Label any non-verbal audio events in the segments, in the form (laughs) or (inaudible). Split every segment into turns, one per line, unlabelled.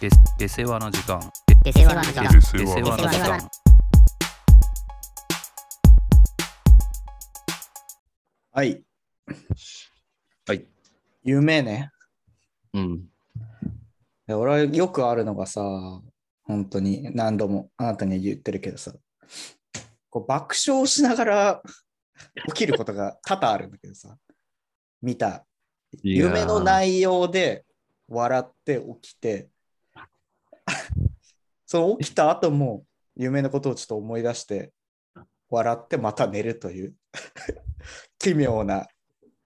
で出世話の時間
出世話の時間
で
出
世
世
話
話の時間
はい。
はい。
夢ね。
うん
いや俺はよくあるのがさ、本当に何度もあなたには言ってるけどさ、こう爆笑しながら (laughs) 起きることが多々あるんだけどさ、見た
いやー
夢の内容で笑って起きて、 (laughs) その起きた後も夢のことをちょっと思い出して、笑ってまた寝るという (laughs) 奇妙な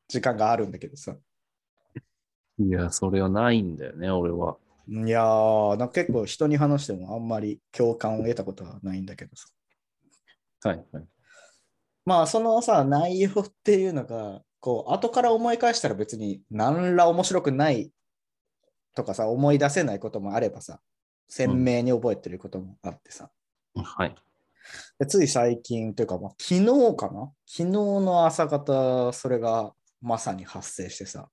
時間があるんだけどさ。
いやそれはないんだよね俺はい
やー、なんか結構人に話してもあんまり共感を得たことはないんだけどさ。
はいはい
まあ、そのさ、内容っていうのが、こう、後から思い返したら別に何ら面白くないとかさ、思い出せないこともあればさ、鮮明に覚えてることもあってさ。
はい
でつい最近というか、まあ、昨日かな昨日の朝方、それがまさに発生してさ、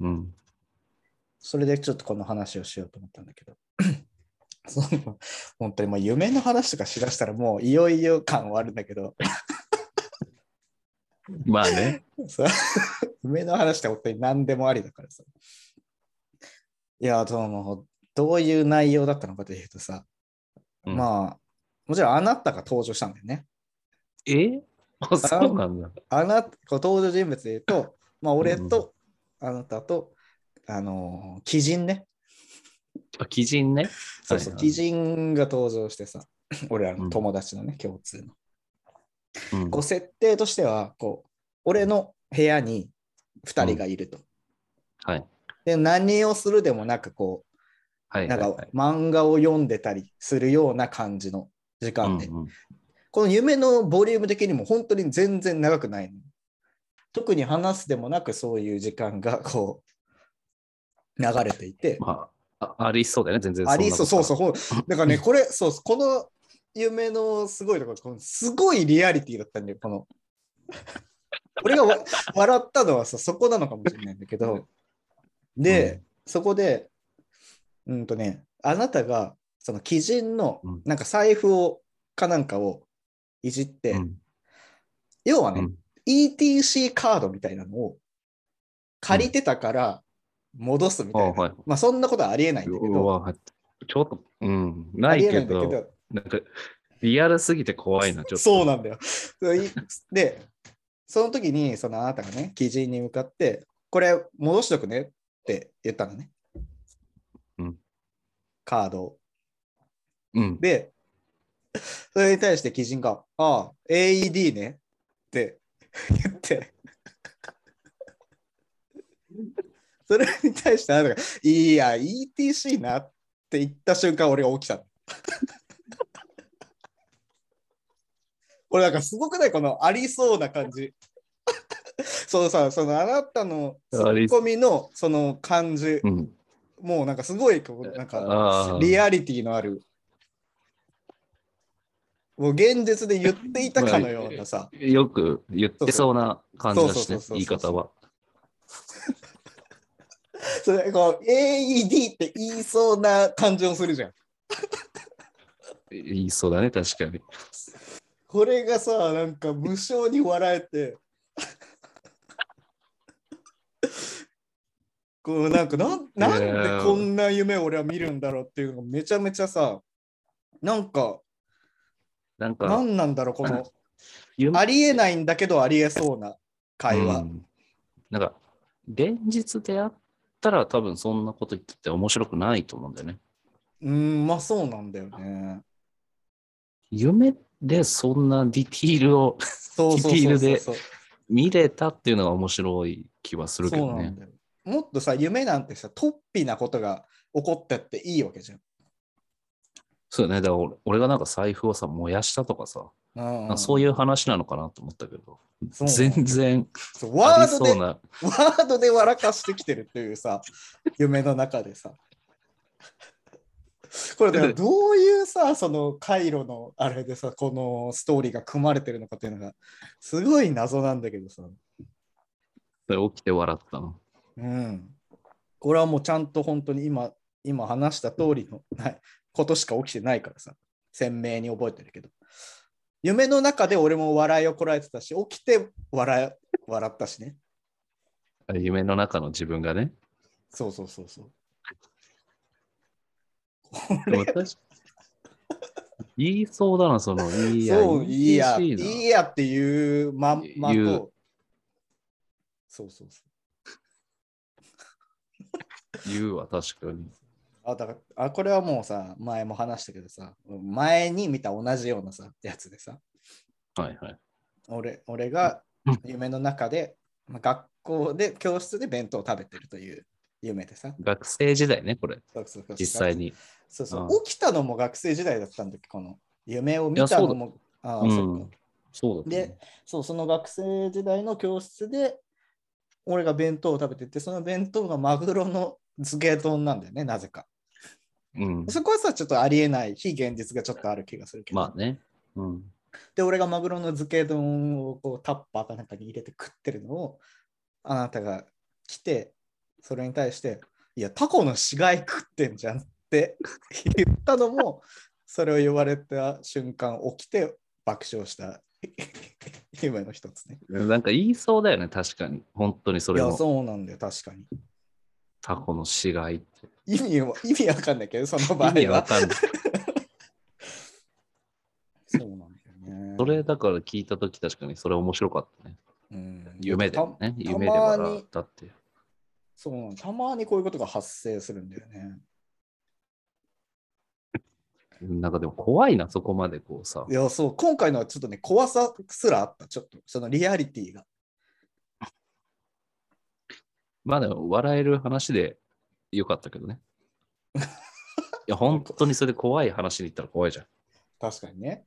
うん
それでちょっとこの話をしようと思ったんだけど。 (clears throat) その本当にもう夢の話とかしだしたらもういよいよ感はあるんだけど、
まあね
さ (laughs) 夢の話って本当に何でもありだからさ。いや、そのどういう内容だったのかというとさ、
うん
まあ、もちろんあなたが登場したんだよね。
(laughs)
(laughs)
えあそうなんだ
あなた、こう登場人物で言うと、まあ、俺と、あなたと、あのー、鬼人ね。
あ鬼人ね
そうそう、
はいはい
鬼人が登場してさ、俺らの友達のね、共通の。
うん
こう設定としてはこう俺の部屋に2人がいると。
はい
で何をするでもなくこ
は
う
い
な
は
ん
い
か
はい
漫画を読んでたりするような感じの時間で、
うんうん
この夢のボリューム的にも本当に全然長くないの特に話すでもなくそういう時間がこう流れていて、
まああありそうだよね全然
ありそう、そうそううほう。だ
(laughs)
からね、これ、そうそう、この夢のすごいところ、このすごいリアリティだったんだよ、この。俺がわ笑ったのはさ、そこなのかもしれないんだけど。で、
うん
そこで、うんとね、あなたが、その基人の
うん、
なんか財布を、かなんかをいじって、
うん
要はね、
うん
ETC カードみたいなのを借りてたから戻すみ
あ
たいな。
はい
まあ、そんなことはありえないんだけ
う
ど、
わはいちょっとうん
あ
な
り
い
えな
け
いんだけど
ど、なんかリアルすぎて怖いなちょっと
そうなんだよ。そういで、その時に、そのあなたがね、記事に向かって、これ戻しとくねって言ったのね。
うん
カードを。
うん
で、それに対して記人が、ああ、AED ねって言って、 (laughs) それに対してあなたが、いや、ETC なって言った瞬間、俺が起きた (laughs) の。俺なんかすごくないこのありそうな感じ。 (laughs) そのさ、そのあなたのツッコミのその感じ、
うん
もうなんかすごいこう、なんか
あー
リアリティのある、もう現実で言っていたかのようなさ、
よく言ってそうな感じがし
そ
て
う、そうそうそうそう
言い方は。
それこう AED って言いそうな感じをするじゃん。
言いそうだね、確かに。
これがさ、なんか無性に笑えて、 (laughs) こうなんかなんなん
い
で
やー
こんな夢を俺は見るんだろうっていうのがめちゃめちゃさ、なんか
なんか、
何なんだろう、この
夢
ありえないんだけどありえそうな会
う
話。
んなんか、連日であったら多分そんなこと言ってて面白くないと思うんだよね。
うん、んまあそうなんだよね。
夢でそんなディティールを
そうそうそうそうそう
見れたっていうのが面白い気はするけ
そう
ど
なん
ね。
だよ。もっとさ、夢なんてさ、突飛なことが起こってっていいわけじゃん。
そうだね。だから俺俺がなんか財布をさ、燃やしたとかさ、
うん
なんかそう
い
いう話なのかなと思ったけど、
そう
全然
う
あ
ワ
り
ード
そ
で
う、な。
ワードで笑かしてきてるっていう
(laughs)
さ、夢の中でさ。これだからどういうさ、その回路のあれでさ、このストーリーが組まれてるのかっていうのが、すごい謎なんだけどさ。
起きて笑ったの。
うん。これはもうちゃんと本当に今、今話した通りのないことしか起きてないからさ、鮮明に覚えてるけど。夢の中で俺も笑いをこらえてたし、起きて笑い笑ったしね。
夢の中の自分がね。
そうそうそうそう。
でも確か (laughs) 言いそうだな、その、いいや、
そう、いいや、い
厳しい
いやっていうまんま
言
と
う、
そうそうそう。
な言うわ、確かに。
あ、だから、あ、これはもうさ、前も話したけどさ、前に見た同じようなさ、やつでさ、
はいはい。
俺俺が
うん
夢の中で、まあ学校で、教室で弁当を食べてるという夢でさ、
学生時代ね、これ、
そうそうそう
実際。に。
そうそう
う、
起きたのも学生時代だったんだっけ、この夢を見
いや
た
そう
の
だ
も、ああ、
うん
そっか。
そうだ、
で
ね。、
そう、その学生時代の教室で、俺が弁当を食べてて、その弁当がマグロの漬け丼なんだよね、なぜか。
うん。
そこはさ、ちょっとありえない、非現実がちょっとある気がするけど。
まあね。うん。
で、俺がマグロの漬け丼をこうタッパーかなんかに入れて食ってるのを、あなたが来て、それに対して、いや、タコの死骸食ってんじゃんって (laughs) 言ったのも、それを言われた瞬間起きて爆笑した (laughs) 夢の一つね。
なんか言いそうだよね、確かに。本当にそ
い
れ
や、
も。
そうなんだよ、確かに。
タコの死骸って。
意味は意味わかんないけど、その場合
意味わ
は。
かんない。
そうなんだよね。
それだから聞いたとき、確かにそれ面白かったね。
うん、
夢でもね。
た
夢で
たま
笑
に
ったっていう。
そうなのたまにこういうことが発生するんだよね。
なんかでも怖いな、そこまでこうさ
い。や、そう、今回のはちょっとね、怖さすらあった、ちょっと、そのリアリティが。
まあでも笑える話でよかったけ
(laughs)
どね。いや、本当にそれ怖い話に行ったら怖いじゃん。
確かにね。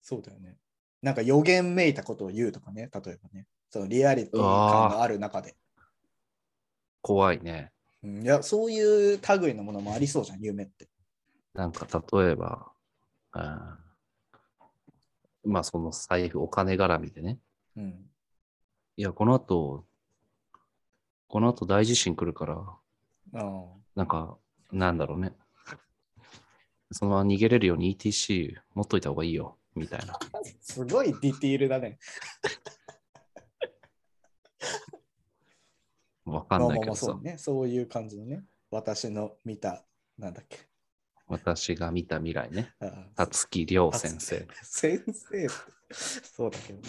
そうだよね。なんか予言めいたことを言うとかね、例えばね。そのリアリティ感がある中で。
怖いね。
うん、いや、そういう類のものもありそうじゃん、夢って。
なんか例えば、うんまあその財布、お金絡みでね。
うん。
いや、この後、この後大地震来るから、
ああ。
なんか、なんだろうね。そのまま逃げれるように ETC 持っといた方がいいよ、みたいな。
すごいディティールだね。
わかんないけど
そ
さ
う。ね。そういう感じのね。私の見た、なんだっけ。
私が見た未来ね。
ああ
辰木亮先生。。
先生って。そうだけどね。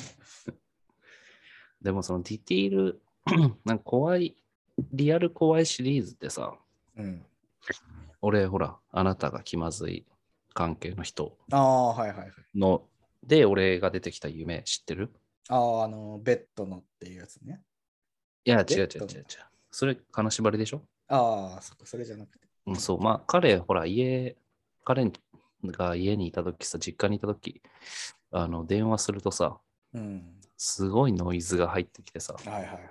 でもそのディティール、 (clears throat) なんか怖い、リアル怖いシリーズってさ、
うん。
俺ほら、あなたが気まずい関係の人
ああ、はいはいはい。
の、で、俺が出てきた夢知ってる
ああ、あの、ベッドのっていうやつね。
いや、
え
違う違う違
ど
う
う
違う。それ、金縛りでしょ
ああ、そっか、それじゃなくて。
うん、そう、まあ、彼、ほら、家、彼が家にいたときさ、実家にいたとき、あの、電話するとさ、
うん。
すごいノイズが入ってきてさ、っ
はいはいはい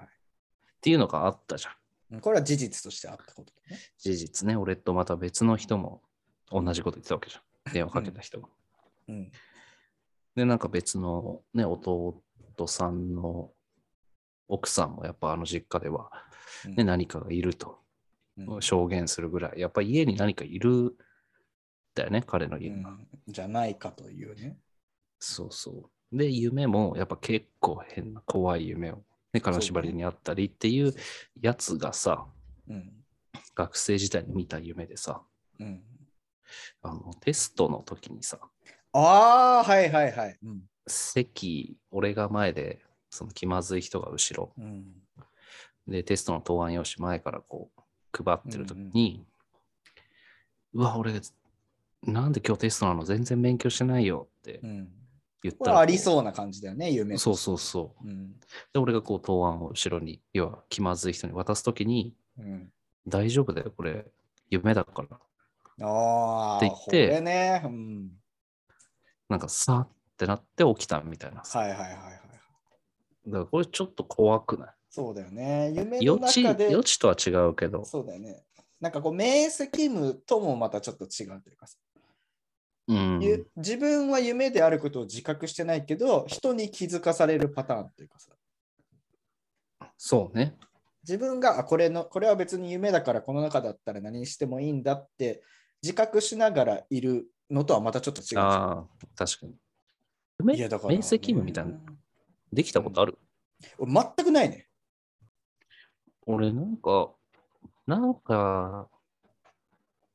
ていうのがあったじゃん。
うん。これは事実としてあったことだね。
事実ね、俺とまた別の人も同じこと言ってたわけじゃん。電話かけた人が。
うん。
で、なんか別のね、弟さんの奥さんもやっぱあの実家では、
うん
ね、何かがいると
うん
証言するぐらい、やっぱり家に何かいるんだよね、彼の家には。
うんじゃないかというね。
そうそう。で、夢もやっぱ結構変な怖い夢を、ね、金縛りにあったりっていうやつがさ、
うん。
学生時代に見た夢でさ、
うん。
あのテストの時にさ、
ああ、はいはいはい。うん。
席、俺が前で、その気まずい人が後ろ、
うん。
で、テストの答案用紙前からこう、配ってる時に、うわ、俺、なんで今日テストなの全然勉強してないよって
うん。
言っ
こ
た
れ
ら
は
こう
ありそうな感じだよね、夢。。
そうそうそう
うん。
う。で、俺がこう、答案を後ろに、要は気まずい人に渡す時に、
うん。
大丈夫だよ、これ、夢だから。
ああ、
って言って
これね。うん。
なんか、さってなって起きたみたいな。だか
はいはいはいはい。
ら、これちょっと怖くな
そうだよね。夢
い
の
余地、
中で
余。地とは違うけど、
そうだよね。なんかこう、明晰夢ともまたちょっと違うというかさ、
うん。
ゆ自分は夢であることを自覚してないけど、人に気づかされるパターンというかさ、
そうね。
自分があこれのこれは別に夢だからこの中だったら何してもいいんだって自覚しながらいるのとはまたちょっと違う
ああ、確かに。め
いやだから
面積務みたいな、できたことある、
俺全くないね
俺なんか、なんか、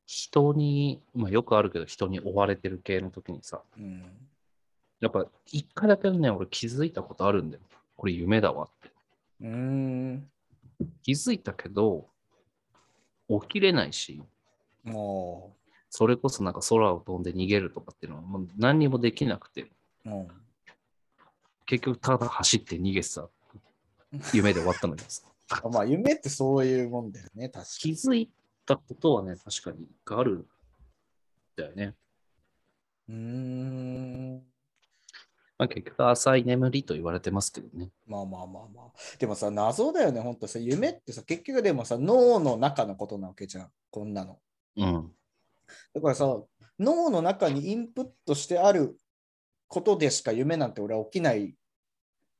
人に、まあよくあるけど、人に追われてる系の時にさ、
うん
やっぱ一回だけね、俺気づいたことあるんだよ。これ夢だわって。
うーん
気づいたけど、起きれないし、
も
それこそなんか空を飛んで逃げるとかっていうのはもう何にもできなくて、
うもう
結局ただ走って逃げてた夢で終わったの
(laughs)
にさ。
あまあ夢ってそういうもんだよね確か
気
に
づいたことはね、確かに一回あるんだよね。
うーん
まあ、結局浅い眠りと言われてますけどね。
まあまあまあまあ。でもさ、謎だよね、本当さ、夢ってさ、結局でもさ、脳の中のことなわけじゃん、こんなの。
うん。
だからさ、脳の中にインプットしてあることでしか夢なんて俺は起きない。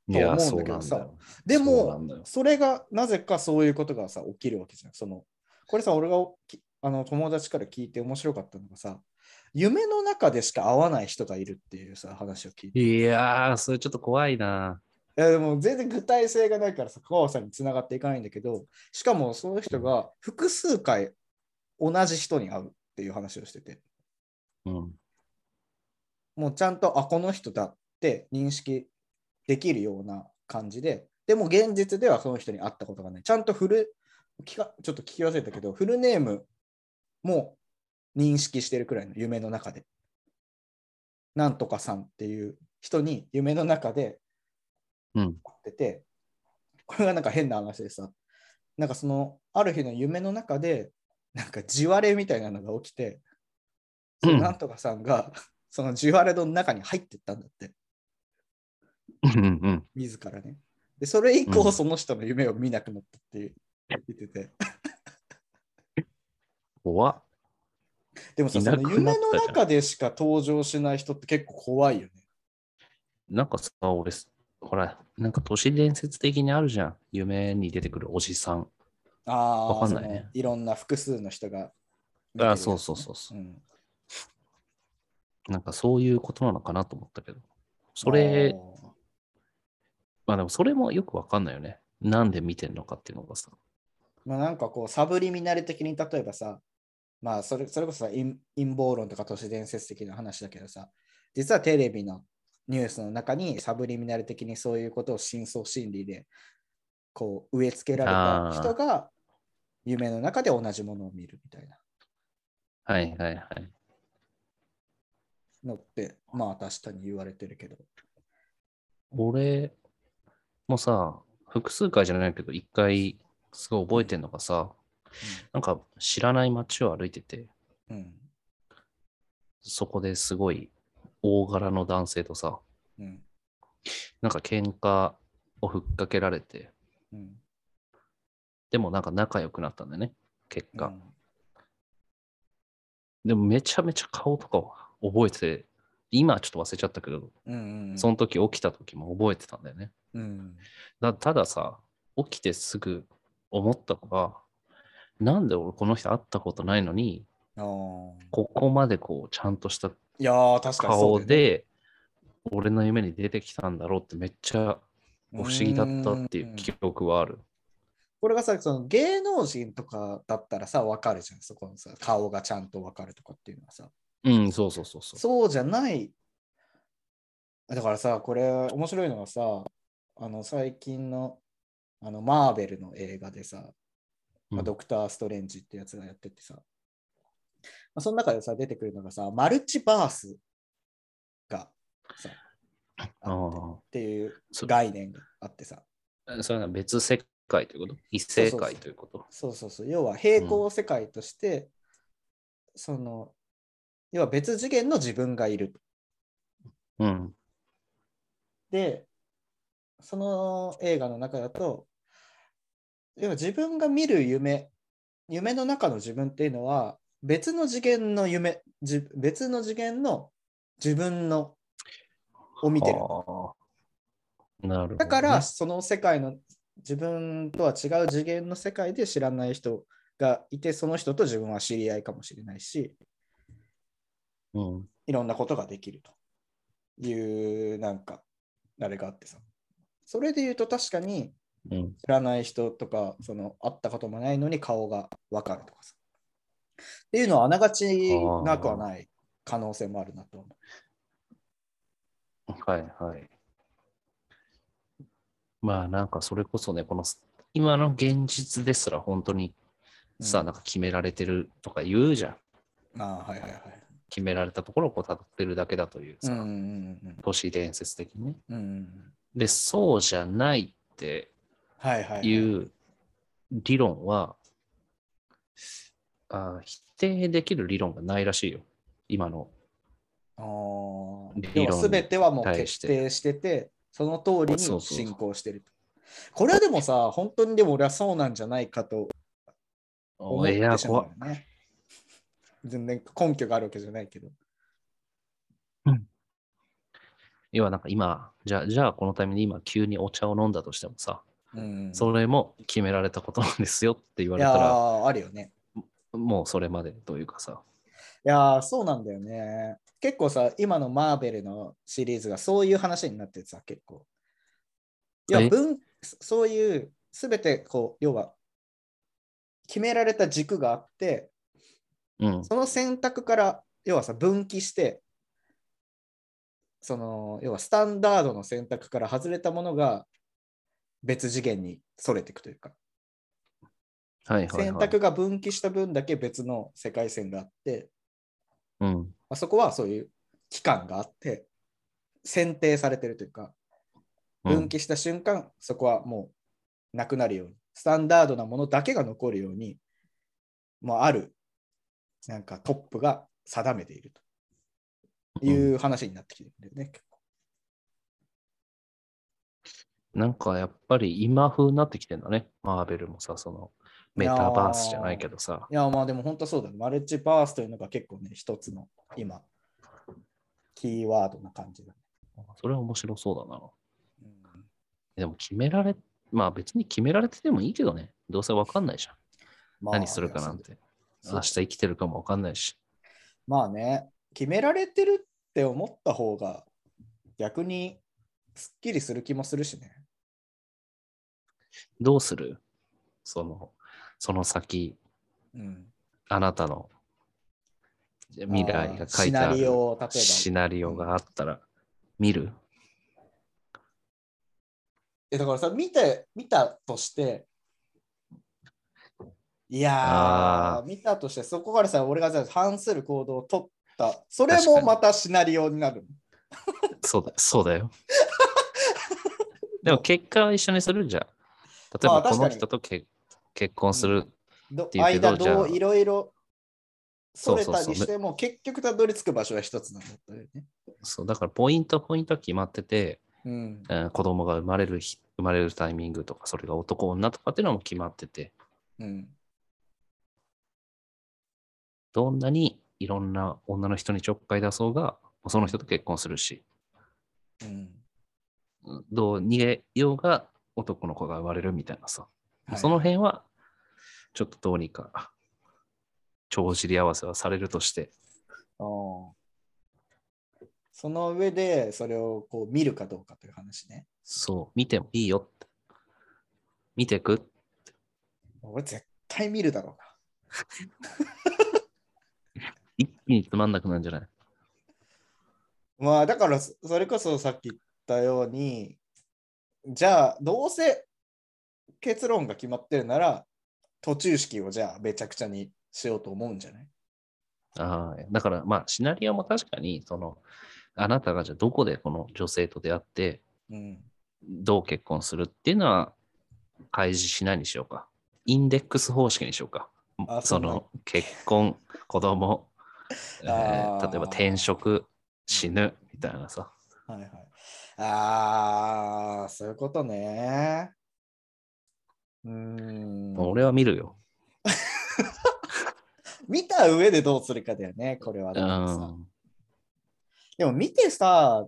い
と思うんだ
や、
けどさ
そうなんだよ。
で
そうなん
も、
だよ
それがなぜかそういうことがさ、起きるわけじゃん。そのこれさ、俺がおきあの友達から聞いて面白かったのがさ、夢の中でしか会わない人がいるっていうさ、話を聞いて。
いやー、それちょっと怖いな。
いやでも全然具体性がないからさ、川尾さんにつながっていかないんだけど、しかもその人が複数回同じ人に会うっていう話をしてて、
うん。
もうちゃんと、あ、この人だって認識できるような感じで、でも現実ではその人に会ったことがない。ちゃんとフル、聞かちょっと聞き忘れたけど、フルネームも認識してるくらいの夢の中で。なんとかさんっていう人に夢の中で
うん。
ってて、これがなんか変な話でさ、なんかその、ある日の夢の中で、なんか地割れみたいなのが起きて、その
うん
なんとかさんが、 (laughs) その地割れの中に入ってったんだって、
うんうん。
自らね。で、それ以降、
うん
その人の夢を見なくなったっていう言ってて。
怖っ。
でもさ、
い
そ
なく
の
なったじゃん
夢の中でしか登場しない人って結構怖いよね。
なんかさ、俺、ほら、なんか都市伝説的にあるじゃん。夢に出てくるおじさん。
ああ、
わかんないね
そのいろんな複数の人が見てるや
あ
つね。
そうそうそうそうう、
ん。
なんかそういうことなのかなと思ったけど。それ、
あー
まあでもそれもよくわかんないよね。なんで見てんのかっていうのがさ。
まあ、なんかこうサブリミナル的に例えばさ、まあ、それそれこそさ陰陰謀論とか都市伝説的な話だけどさ実はテレビのニュースの中にサブリミナル的にそういうことを深層心理でこう植え付けられた人が夢の中で同じものを見るみたいな
はいはいはい。
のってまあ確かに言われてるけど
俺もさ、複数回じゃないけど、一回すごい覚えてんのがさ、なんか知らない街を歩いてて、
うん
そこですごい大柄の男性とさ、
うん
なんか喧嘩をふっかけられて、
うん
でもなんか仲良くなったんだよね、結
うん
果。でもめちゃめちゃ顔とかを覚えてて、今はちょっと忘れちゃったけど、
うんうん
その時起きた時も覚えてたんだよね。
うん
だたださ、起きてすぐ思ったのが、なんで俺この人会ったことないのに、
あー
ここまでこうちゃんとした
いやー確かにそう
顔
だよね
で、俺の夢に出てきたんだろうってめっちゃ不思議だったっていう記憶はある。
これがさ、その芸能人とかだったらさ、わかるじゃん。そこのさ、顔がちゃんとわかるとかっていうのはさ。
うん、そうそうそうそう。
そうじゃない。だからさ、これ面白いのがさ、あの最近のあのマーベルの映画でさ、まあ
うん
ドクター・ストレンジってやつがやっててさ、まあ、その中でさ、出てくるのがさ、マルチバースがさ、あってっ
あ
ていう
そ
概念があってさ、
あ、それは別世界ということ異世界ということ。
そうそうそう。要は平行世界として、その、要は別次元の自分がいる。
うん。
で、その映画の中だと、要は自分が見る夢、夢の中の自分っていうのは、別の次元の夢、じ別の次元の自分のを見てる。
ああなるほどね、
だから、その世界の自分とは違う次元の世界で知らない人がいて、その人と自分は知り合いかもしれないし、
うん。
いろんなことができるという、なんか、あれがあってさ。それで言うと確かに
うん。
知らない人とか、その会ったこともないのに顔がわかるとかさ。っていうのはあながちなくはない可能性もあるなと思う。
はいはい。まあなんかそれこそね、この今の現実ですら本当にさ、
うん
なんか決められてるとか言うじゃん。
ああ、はいはいはい。
決められたところをこう辿ってるだけだという
うん
さ、
うん
都市伝説的にね。
うんうんうん。
で、そうじゃないって
はいはいはい。
いう理論は、あー否定できる理論がないらしいよ。今の。
あー
理
要は
論
全てはもう
に対
決
して
定してて、その通り
そう
に
そうそう
進行してると。これはでもさ、本当にでも俺はそうなんじゃないかと思っ
おい
て
や、
しま
怖
うよね。全然根拠があるわけじゃないけど。
要はなんか今、じゃあ、じゃあこのタイミングで今急にお茶を飲んだとしてもさ、
うん、
それも決められたことなんですよって言わ
い
れ
や
たら、
ーあるよね。
もうそれまでというかさ。
いやーそうなんだよね。結構さ、今のマーベルのシリーズがそういう話になっててさ、結構。いや
え
分そういう全てこう、要は決められた軸があって、
うん。
その選択から、要はさ、分岐して、その、要はスタンダードの選択から外れたものが別次元にそれていくというか、
はいはい、はい。
選択が分岐した分だけ別の世界線があって、
うん。
まあ、そこはそういう期間があって、選定されてるというか、
うん
分岐した瞬間、そこはもうなくなるように、スタンダードなものだけが残るように、もうある、なんかトップが定めているという話になってきてるんだよね、結構。
なんかやっぱり今風になってきてんだね。マーベルもさ、そのメタバースじゃないけどさ。
いや、まあでも本当そうだね。マルチバースというのが結構ね、一つの今、キーワードな感じだね。
それは面白そうだな。
うん
でも決められ、まあ別に決められててもいいけどね。どうせわかんないじゃん。
まあ
何するかなんて。
そう
明日生きてるかもわかんないし。
まあね、決められてるって思った方が逆にすっきりする気もするしね。
どうするその、その先、
うん、
あなたの未来が書いて
あーシナ
ある
リオを例えば。
シナリオがあったら見る
えだからさ、見て、見たとして、いや
あ
ー、見たとして、そこからさ、俺がさ、反する行動を取った、それ
確か
も
に
またシナリオになる。
そうだそうだよ。
(laughs)
でも結果は一緒にするんじゃん。例え
ま
ば
あ
こ
確か
の
に
人と結結婚する。
ど
ていうけど
間
じゃ
ど
あ
ういろいろそ
そう
れ
そう
た
そう
りしても、結局たどり着く場所は一つなんだったよね。
そうだからポイントポイントは決まってて、
うん。
えー子供が生まれる日生まれるタイミングとかそれが男女とかっていうのも決まってて
うん。
どんなにいろんな女の人にちょっかい出そうがその人と結婚するし
うん。
どう逃げようが男の子が生まれるみたいなさ、
はい
その辺はちょっとどうにか帳尻合わせはされるとして
ああその上で、それをこう見るかどうかという話ね。
そう、見てもいいよって。見てく
俺絶対見るだろ
一気につまんなくなるんじゃないう
な。まあだからそ、それこそさっき言ったように、じゃあどうせ結論が決まってるなら、途中式をじゃあめちゃくちゃにしようと思うんじゃない
ああ、だからまあ、シナリオも確かに、その、あなたがじゃあどこでこの女性と出会って、
うん。
どう結婚するっていうのは、開示しないにしようか。インデックス方式にしようか。
あそ
そう
なんだ
の、結婚、子供、え
あ
ー
ー
例えば転職、死ぬ、みたいなさ。
はいはい。ああ、そういうことね。うーん。
俺は見るよ。
見た上でどうするかだよね、これは。
う
だからさ
ん。
でも見てさ、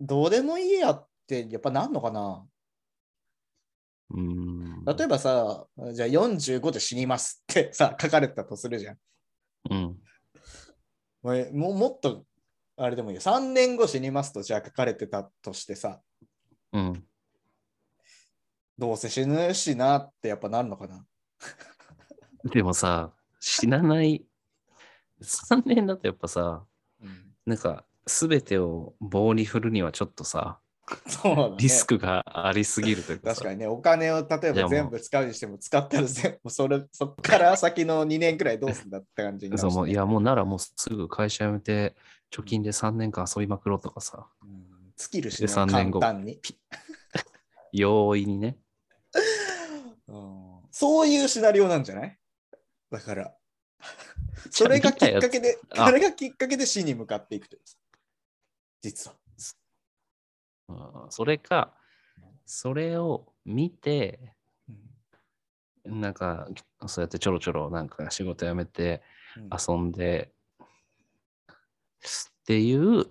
どうでもいいやってやっぱなんのかな
うん。
例えばさ、じゃあ45で死にますってさ、書かれたとするじゃん。
うん。
もうもうもっと、あれでもいいよ。3年後死にますと、じゃあ書かれてたとしてさ、
うん。
どうせ死ぬしなってやっぱなるのかな。
でもさ、死なない、3年だとやっぱさ、なんか、すべてを棒に振るにはちょっとさ、
そうだね。
リスクがありすぎるというか
確
さ、
かにね、お金を例え
いやも
ば
う
全部使うにしても、使ったら全部それ、 (laughs) そっから先の2年くらいどうすんだって感じになるし
そう
ね
もういや、もうならもうすぐ会社辞めて、貯金で3年間遊びまくろうとかさ、
うん尽きるし、
で
ね、
3年後
簡単に、
容易にね、
うんそういうシナリオなんじゃないだ
(laughs)
から、それがきっかけで、
あ
それがきっかけで死に向かっていくという。実は。
うんそれか、それを見て、なんか、そうやってちょろちょろなんか仕事辞めて
うん
遊んで、っていう、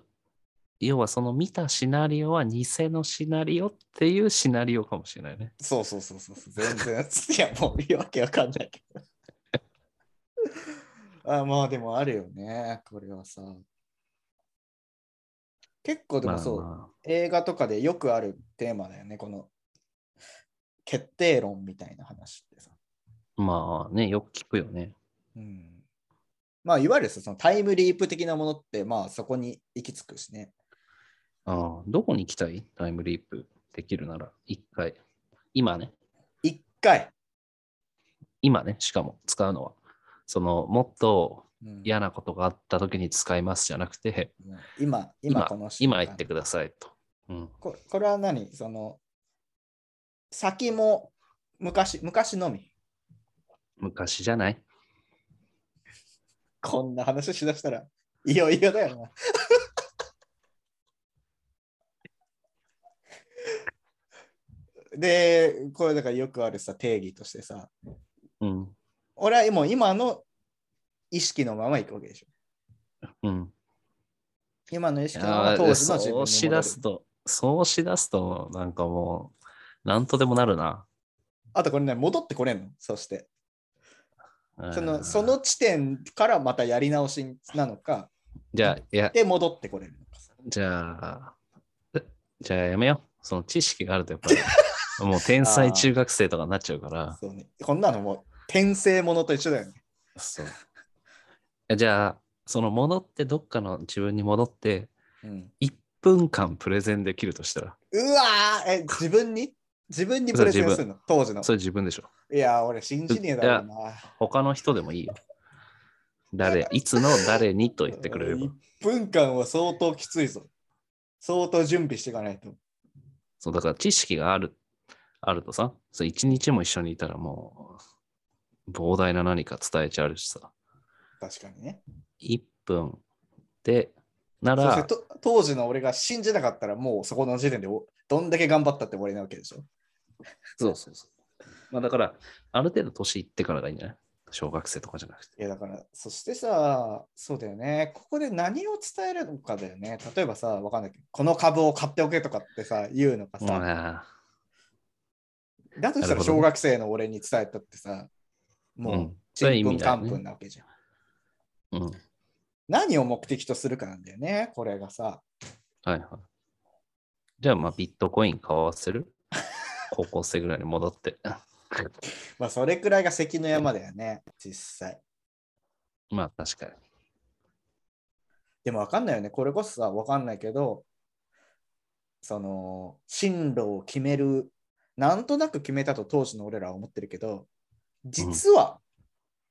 要はその見たシナリオは偽のシナリオっていうシナリオかもしれないね。
そうそうそうそうそう、全然。いや、もう、わけわかんないけど。 (laughs) あまあ、でもあるよね、これはさ。結構でもそう、
ま
映画とかでよくあるテーマだよね、この決定論みたいな話ってさ。
あまあ、まあね、よく聞くよね。
うん、まあ、いわゆるさそのタイムリープ的なものって、まあ、そこに行き着くしね。
ああどこに行きたいタイムリープできるなら、一回。今ね、
一回、
今ね、しかも使うのは。その、もっと
うん
嫌なことがあった時に使いますじゃなくて、
うん今、今この瞬間
今言ってくださいと。うん。
ここれは何その先も昔昔のみ
昔じゃない
こんな話しだしたらいよいよだよな。 (laughs) でこれだからよくあるさ定義としてさ
うん。
俺はもう今の意識のまま行くわけでしょ。
うん。
今の意識のま
あ
ま
あ
当時の自分に
そうしだ
戻
す
る
と、そうしだすと、なんかもう、なんとでもなるな。
あとこれね戻ってこれんのそしてそ
うん
のその地点からまたやり直しなのか
じゃあ、いや、
で戻ってこれるのかさ
じゃあ、えじゃあやめよう。その知識があると、やっぱ
(laughs)
り、もう天才中学生とかになっちゃうから、
そうね、こんなのもう転生ものと一緒だよね。
そう。えじゃあ、その戻って、どっかの自分に戻って、
う
1分間プレゼンできるとしたら、
わーえ、自分に自分にプレゼンするの当時の。
それ自分でしょ。
いやー、俺信じねえだろうな。
他の人でもいいよ。誰、いつの誰にと言ってくれれば
1。分間は相当きついぞ。相当準備していかないと。
そう、だから知識がある、あるとさ、そう一日も一緒にいたらもう、膨大な何か伝えちゃうしさ、
確かにね。
1分で、な
そして
ら、
と当時の俺が信じなかったらもうそこの時点でおどんだけ頑張ったって終わりなわけでしょ。
そうそうそう。まあだから、ある程度年いってからがいいんじゃない小学生とかじゃなくて。
いやだから、そしてさ、そうだよね、ここで何を伝えるのかだよね。例えばさ、わかんないけど、この株を買っておけとかってさ、言うのかさ、
もうね
だとしたら
なるほどね
小学生の俺に伝えたってさ、も
う、
うんち
それ
ん
意
ぷん
味な
か
いね
んぷんなわけじゃん。
うん。
何を目的とするかなんだよね、これがさ。
はいはい。じゃあ、まあ、ビットコイン買わせ (laughs) る高校生ぐらいに戻って。
まあ、それくらいが関の山だよね、実際。
まあ、確かに。
でもわかんないよね、これこそさ、わかんないけど、その、進路を決める、なんとなく決めたと当時の俺らは思ってるけど、実は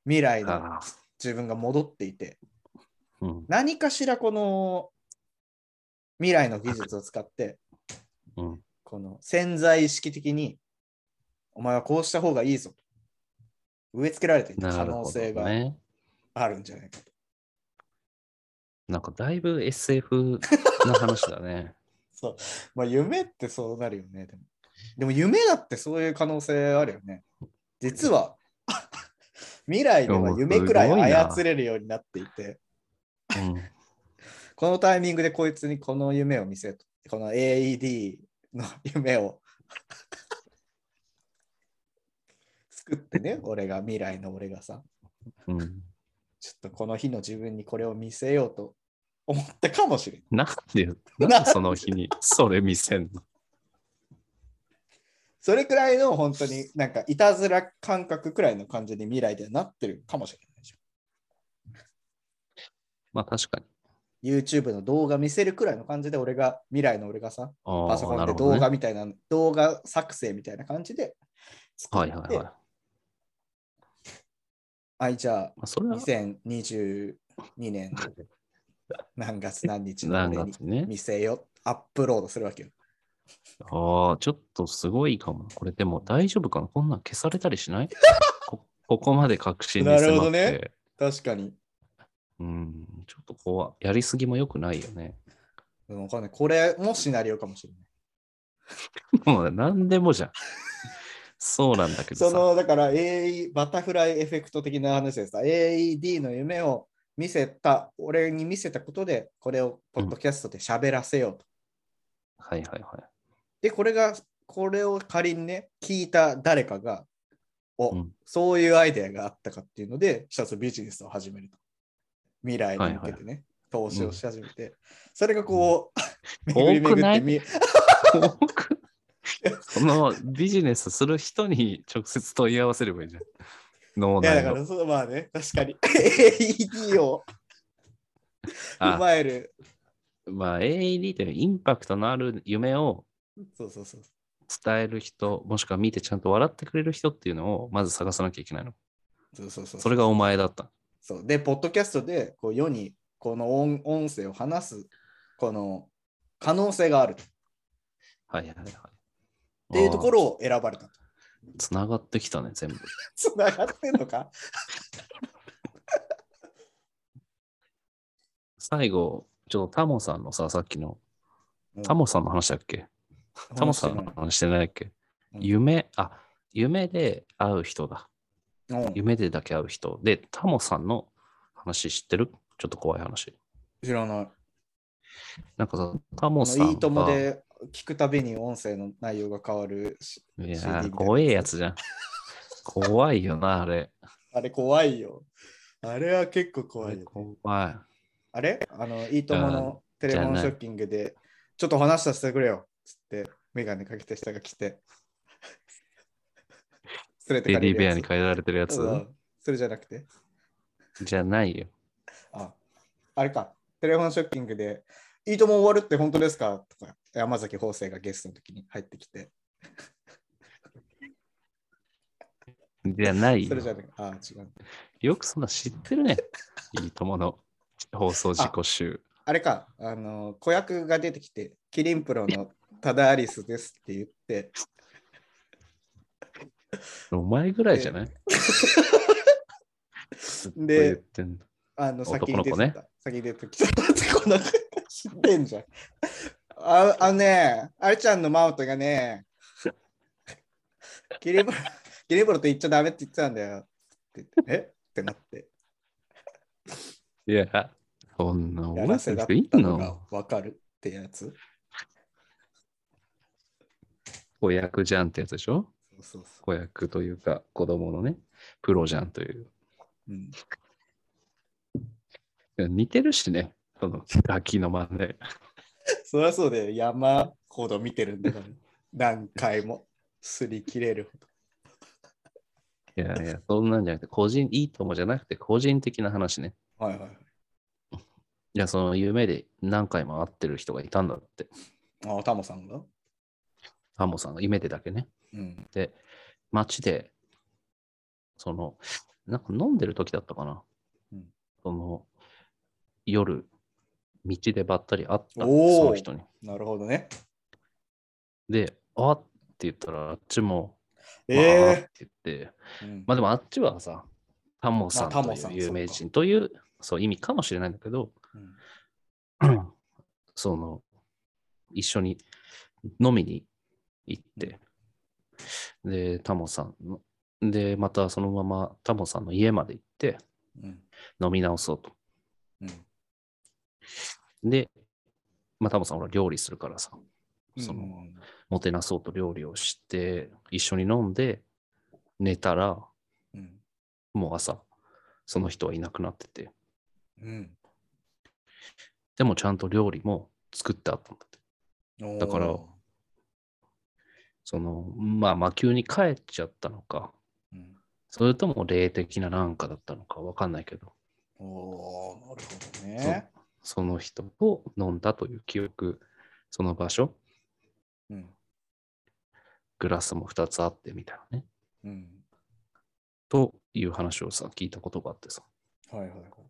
未来の
ああ、
自分が戻っていて、
うん。
何かしらこの未来の技術を使って、
うん。
この潜在意識的に、お前はこうした方がいいぞと。植え付けられていた
な
可
るほ
能
ど
性が
ね。
あるんじゃないかと。
なんかだいぶ SF な話だ (laughs) ね。
そう。まあ夢ってそうなるよね。でもでも夢だってそういう可能性あるよね。実は (laughs) 未来では夢くら
でもすごい
い
な
操れるようになっていて、
うん
このタイミングでこいつにこの夢を見せと。この AED の夢を (laughs) 作ってね、俺が、未来の俺がさ、
うん。
ちょっとこの日の自分にこれを見せようと思ったかもしれん。
なん
(laughs)
で、なんでその日にそれ見せんの
それくらいの本当になんかいたずら感覚くらいの感じに未来ではなってるかもしれないじ
まあ確かに。
ゃん。YouTube の動画見せるくらいの感じで俺が、未来の俺がさ、
あ
パソコ
あ、な
ン
る
で
ほ
動
ど、ね。
画みたいな、動画作成みたいな感じで、
はいはいはい。ま
はい、じゃあ
あ、それは
2022年の何月何日の
何
俺に
月ね。
見せよ、アップロードするわけよ。
ああ、ちょっとすごいかも。これでも大丈夫かなこんなん消されたりしないこここまで確信に迫っ
な
て。
るほどね確かに。
うん、ちょっとこう、やりすぎも良くないよね。
うんわかんない。これもシナリオかもしれない。
もう何でもじゃん。そうなんだけ
そ
どさ。
のだから AE バタフライエフェクト的な話です。AED の夢を見せた、俺に見せたことで、これをポッドキャストで喋らせようと。
はいはいはい。
で、これが、これを仮にね、聞いた誰かが、お、
うん
そういうアイデアがあったかっていうので、一つビジネスを始めると。未来に向けてね、投資をし始めて、それがこう、
うん
巡り巡
多くな
っ
い
てみ、
僕そのビジネスする人に直接問い合わせればいいじゃん。脳
いやだ
内
か
の。
らそうまあね確かに AED を踏
あ
まえる
まあ AED というインパクトのある夢を
そうそうそう
伝える人、もしくは見てちゃんと笑ってくれる人っていうのをまず探さなきゃいけないの。
そうそうそう
それがお前だった。
そうでポッドキャストでこう世にこの音音声を話すこの可能性があるっ
はいはいはい。って
ていうところを選ばれた
つながってきたね、全部。
つながってんのか
最後、ちょっとタモさんのさ、さっきの、タモさんの話だっけタモさんの話してないっけ
うん
夢、あ、夢で会う人
う
だ。
ん
夢でだけ会う人。で、タモさんの話知ってるちょっと怖い話。
知らない
なんかさ、タモ
あ
さん
の
が。
いいともで聞くたびに音声の内容が変わるし CD
い
みた
や
い
ー、
な
怖いやつじゃん。怖いよな、あれ。
あれ怖いよあれは結構
あ
怖
れ
いよ
怖い。
あれあの、いいとものテレフォンショッキングで、ちょっと話させてくれよっつって、メガネかけた人が来
(laughs)
て、連れて
デ
か
デ
れ
ィ
る
ベア
や
に
つ。
変えられてるやつ
うんそれじゃなくて、
じゃないよ。
あ、あれか、テレフォンショッキングで、いいとも終わるって本当ですかとか、山崎邦生がゲストの時に入ってきて、
じゃない
そ
よ
れじ。ゃなくて、あ、違う。
よくそんな知ってるね。いいともの放送事故集。
あれか、あの、子役が出てきて、キリンプロのタダアリスですって言って、
お前ぐらいじゃないずっと言ってんの
あの、先に
男の
出
子
て
ね
た。先に出てきた。 (laughs) こんな知ってんじゃん。ああのね、あれちゃんのマウントがね、 (laughs) ギリボロ、 (laughs) ギリボロと言っちゃダメって言ってたんだよ。って言ってえってなって、
いや、そんな
や
覚
ら
えて
せだ
る
っ
人い
た
ん
のが
の
わかるってやつ。
子役じゃんってやつでしょ
そうそうそ
子役というか子供のね、プロじゃんという。
う。うん、 (laughs)
似てるしね、そのガキの真似。
そりゃそうで、山ほど見てるんだから、何回も擦り切れるほど。
いやいや、そんなんじゃなくて、個人、いいともじゃなくて、個人的な話ね。
はいはい。
いや、その夢で何回も会ってる人がいたんだって。
あ、タモさんが
タモさんが夢でだけね。
うん。
で、街で、その、なんか飲んでる時だったかな。
うん
その、夜、道でばったり会ったの
おー
その人に。
なるほどね。
で、あって言ったら、あっちも、
え
あーっ
え
て言って、
うん
まあでもあっちはさ、タモさん
あタ
と
モ
い
さん
う有名人という、そう、意味かもしれないんだけど、
うん
(clears throat) その、一緒に飲みに行って、で、タモさんの、で、またそのままタモさんの家まで行って
うん
飲み直そうと。
うん
で、まあ、タモさんほら料理するからさ、その
うん
もてなそうと料理をして、一緒に飲んで、寝たら、
うん。
もう朝、その人はいなくなってて、
うん。
でもちゃんと料理も作ってあったんだって。だから
おー
その、まあ、魔球に帰っちゃったのか、
うん、
それとも霊的ななんかだったのかわかんないけど、
おーなるほどね。
その人と飲んだという記憶、その場所、
うん。
グラスも2つあってみたいなね、
うん。
という話をさ、聞いたことがあってさ、
はいはいはい。
こ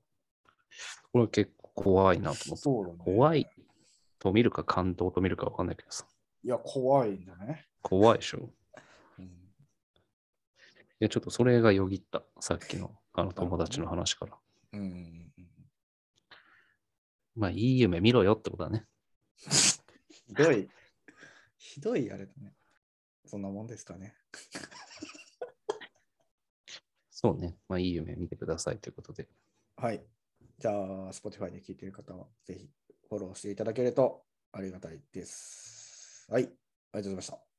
れは結構怖いなと思って、
そうだね。
怖い。と見るか感動と見るかわかんないけどさ、
いや、怖いんだね。
怖いでしょ。
うん
いや、ちょっとそれがよぎった、さっきのあの友達の話から。
うんうんうんうん。
まあ、いい夢見ろよってことだね。
(laughs) ひどい。ひどいあれだね。そんなもんですかね。
そうね。まあ、いい夢見てくださいということで。
はい。じゃあ、Spotify で聞いている方は、ぜひフォローしていただけるとありがたいです。はい。ありがとうございました。